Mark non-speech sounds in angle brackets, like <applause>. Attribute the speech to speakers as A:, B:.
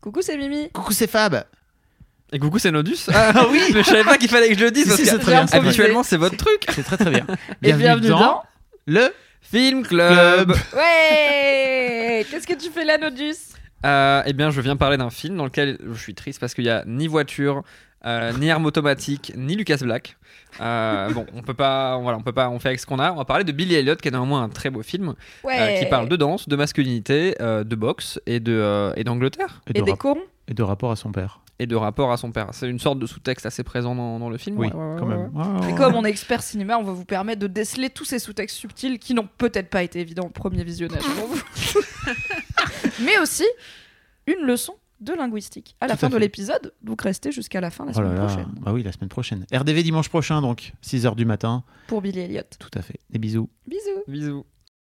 A: Coucou, c'est Mimi.
B: Coucou, c'est Fab.
C: Et coucou, c'est Nodus. Ah oui, <laughs> mais je savais pas qu'il fallait que je le dise.
B: Si,
C: parce
B: si,
C: que
B: c'est très bien.
C: Habituellement, c'est votre truc.
B: C'est très très bien.
A: Et bienvenue dans
B: le
C: Film Club.
A: Ouais <laughs> Qu'est-ce que tu fais là, Nodus
C: Euh, eh bien, je viens parler d'un film dans lequel je suis triste parce qu'il y a ni voiture, euh, ni arme automatique, ni Lucas Black. Euh, bon, on peut pas, voilà, on peut pas, on fait avec ce qu'on a. On va parler de Billy Elliot, qui est néanmoins un très beau film euh,
A: Ouais
C: qui parle de danse, de masculinité, euh, de boxe et de euh, et d'Angleterre
A: <laughs> Et des cons
B: et de rapport à son père.
C: et de rapport à son père. C'est une sorte de sous-texte assez présent dans, dans le film.
B: Oui,
C: ouais, ouais, ouais,
B: quand
C: ouais, ouais.
B: même. Ah. Ouais, ouais,
A: Et comme on est expert cinéma, on va vous permettre de déceler tous ces sous-textes subtils qui n'ont peut-être pas été évidents au premier visionnage pour <laughs> vous. Mais aussi une leçon de linguistique à la
B: Tout
A: fin
B: à
A: de
B: fait.
A: l'épisode. Donc restez jusqu'à la fin la
B: Oh là
A: semaine
B: là.
A: prochaine
B: Bah oui, la semaine prochaine. RDV dimanche prochain, donc, 6h du matin.
A: pour Billy Elliot.
B: Tout à fait. Des bisous.
A: Bisous.
C: Bisous.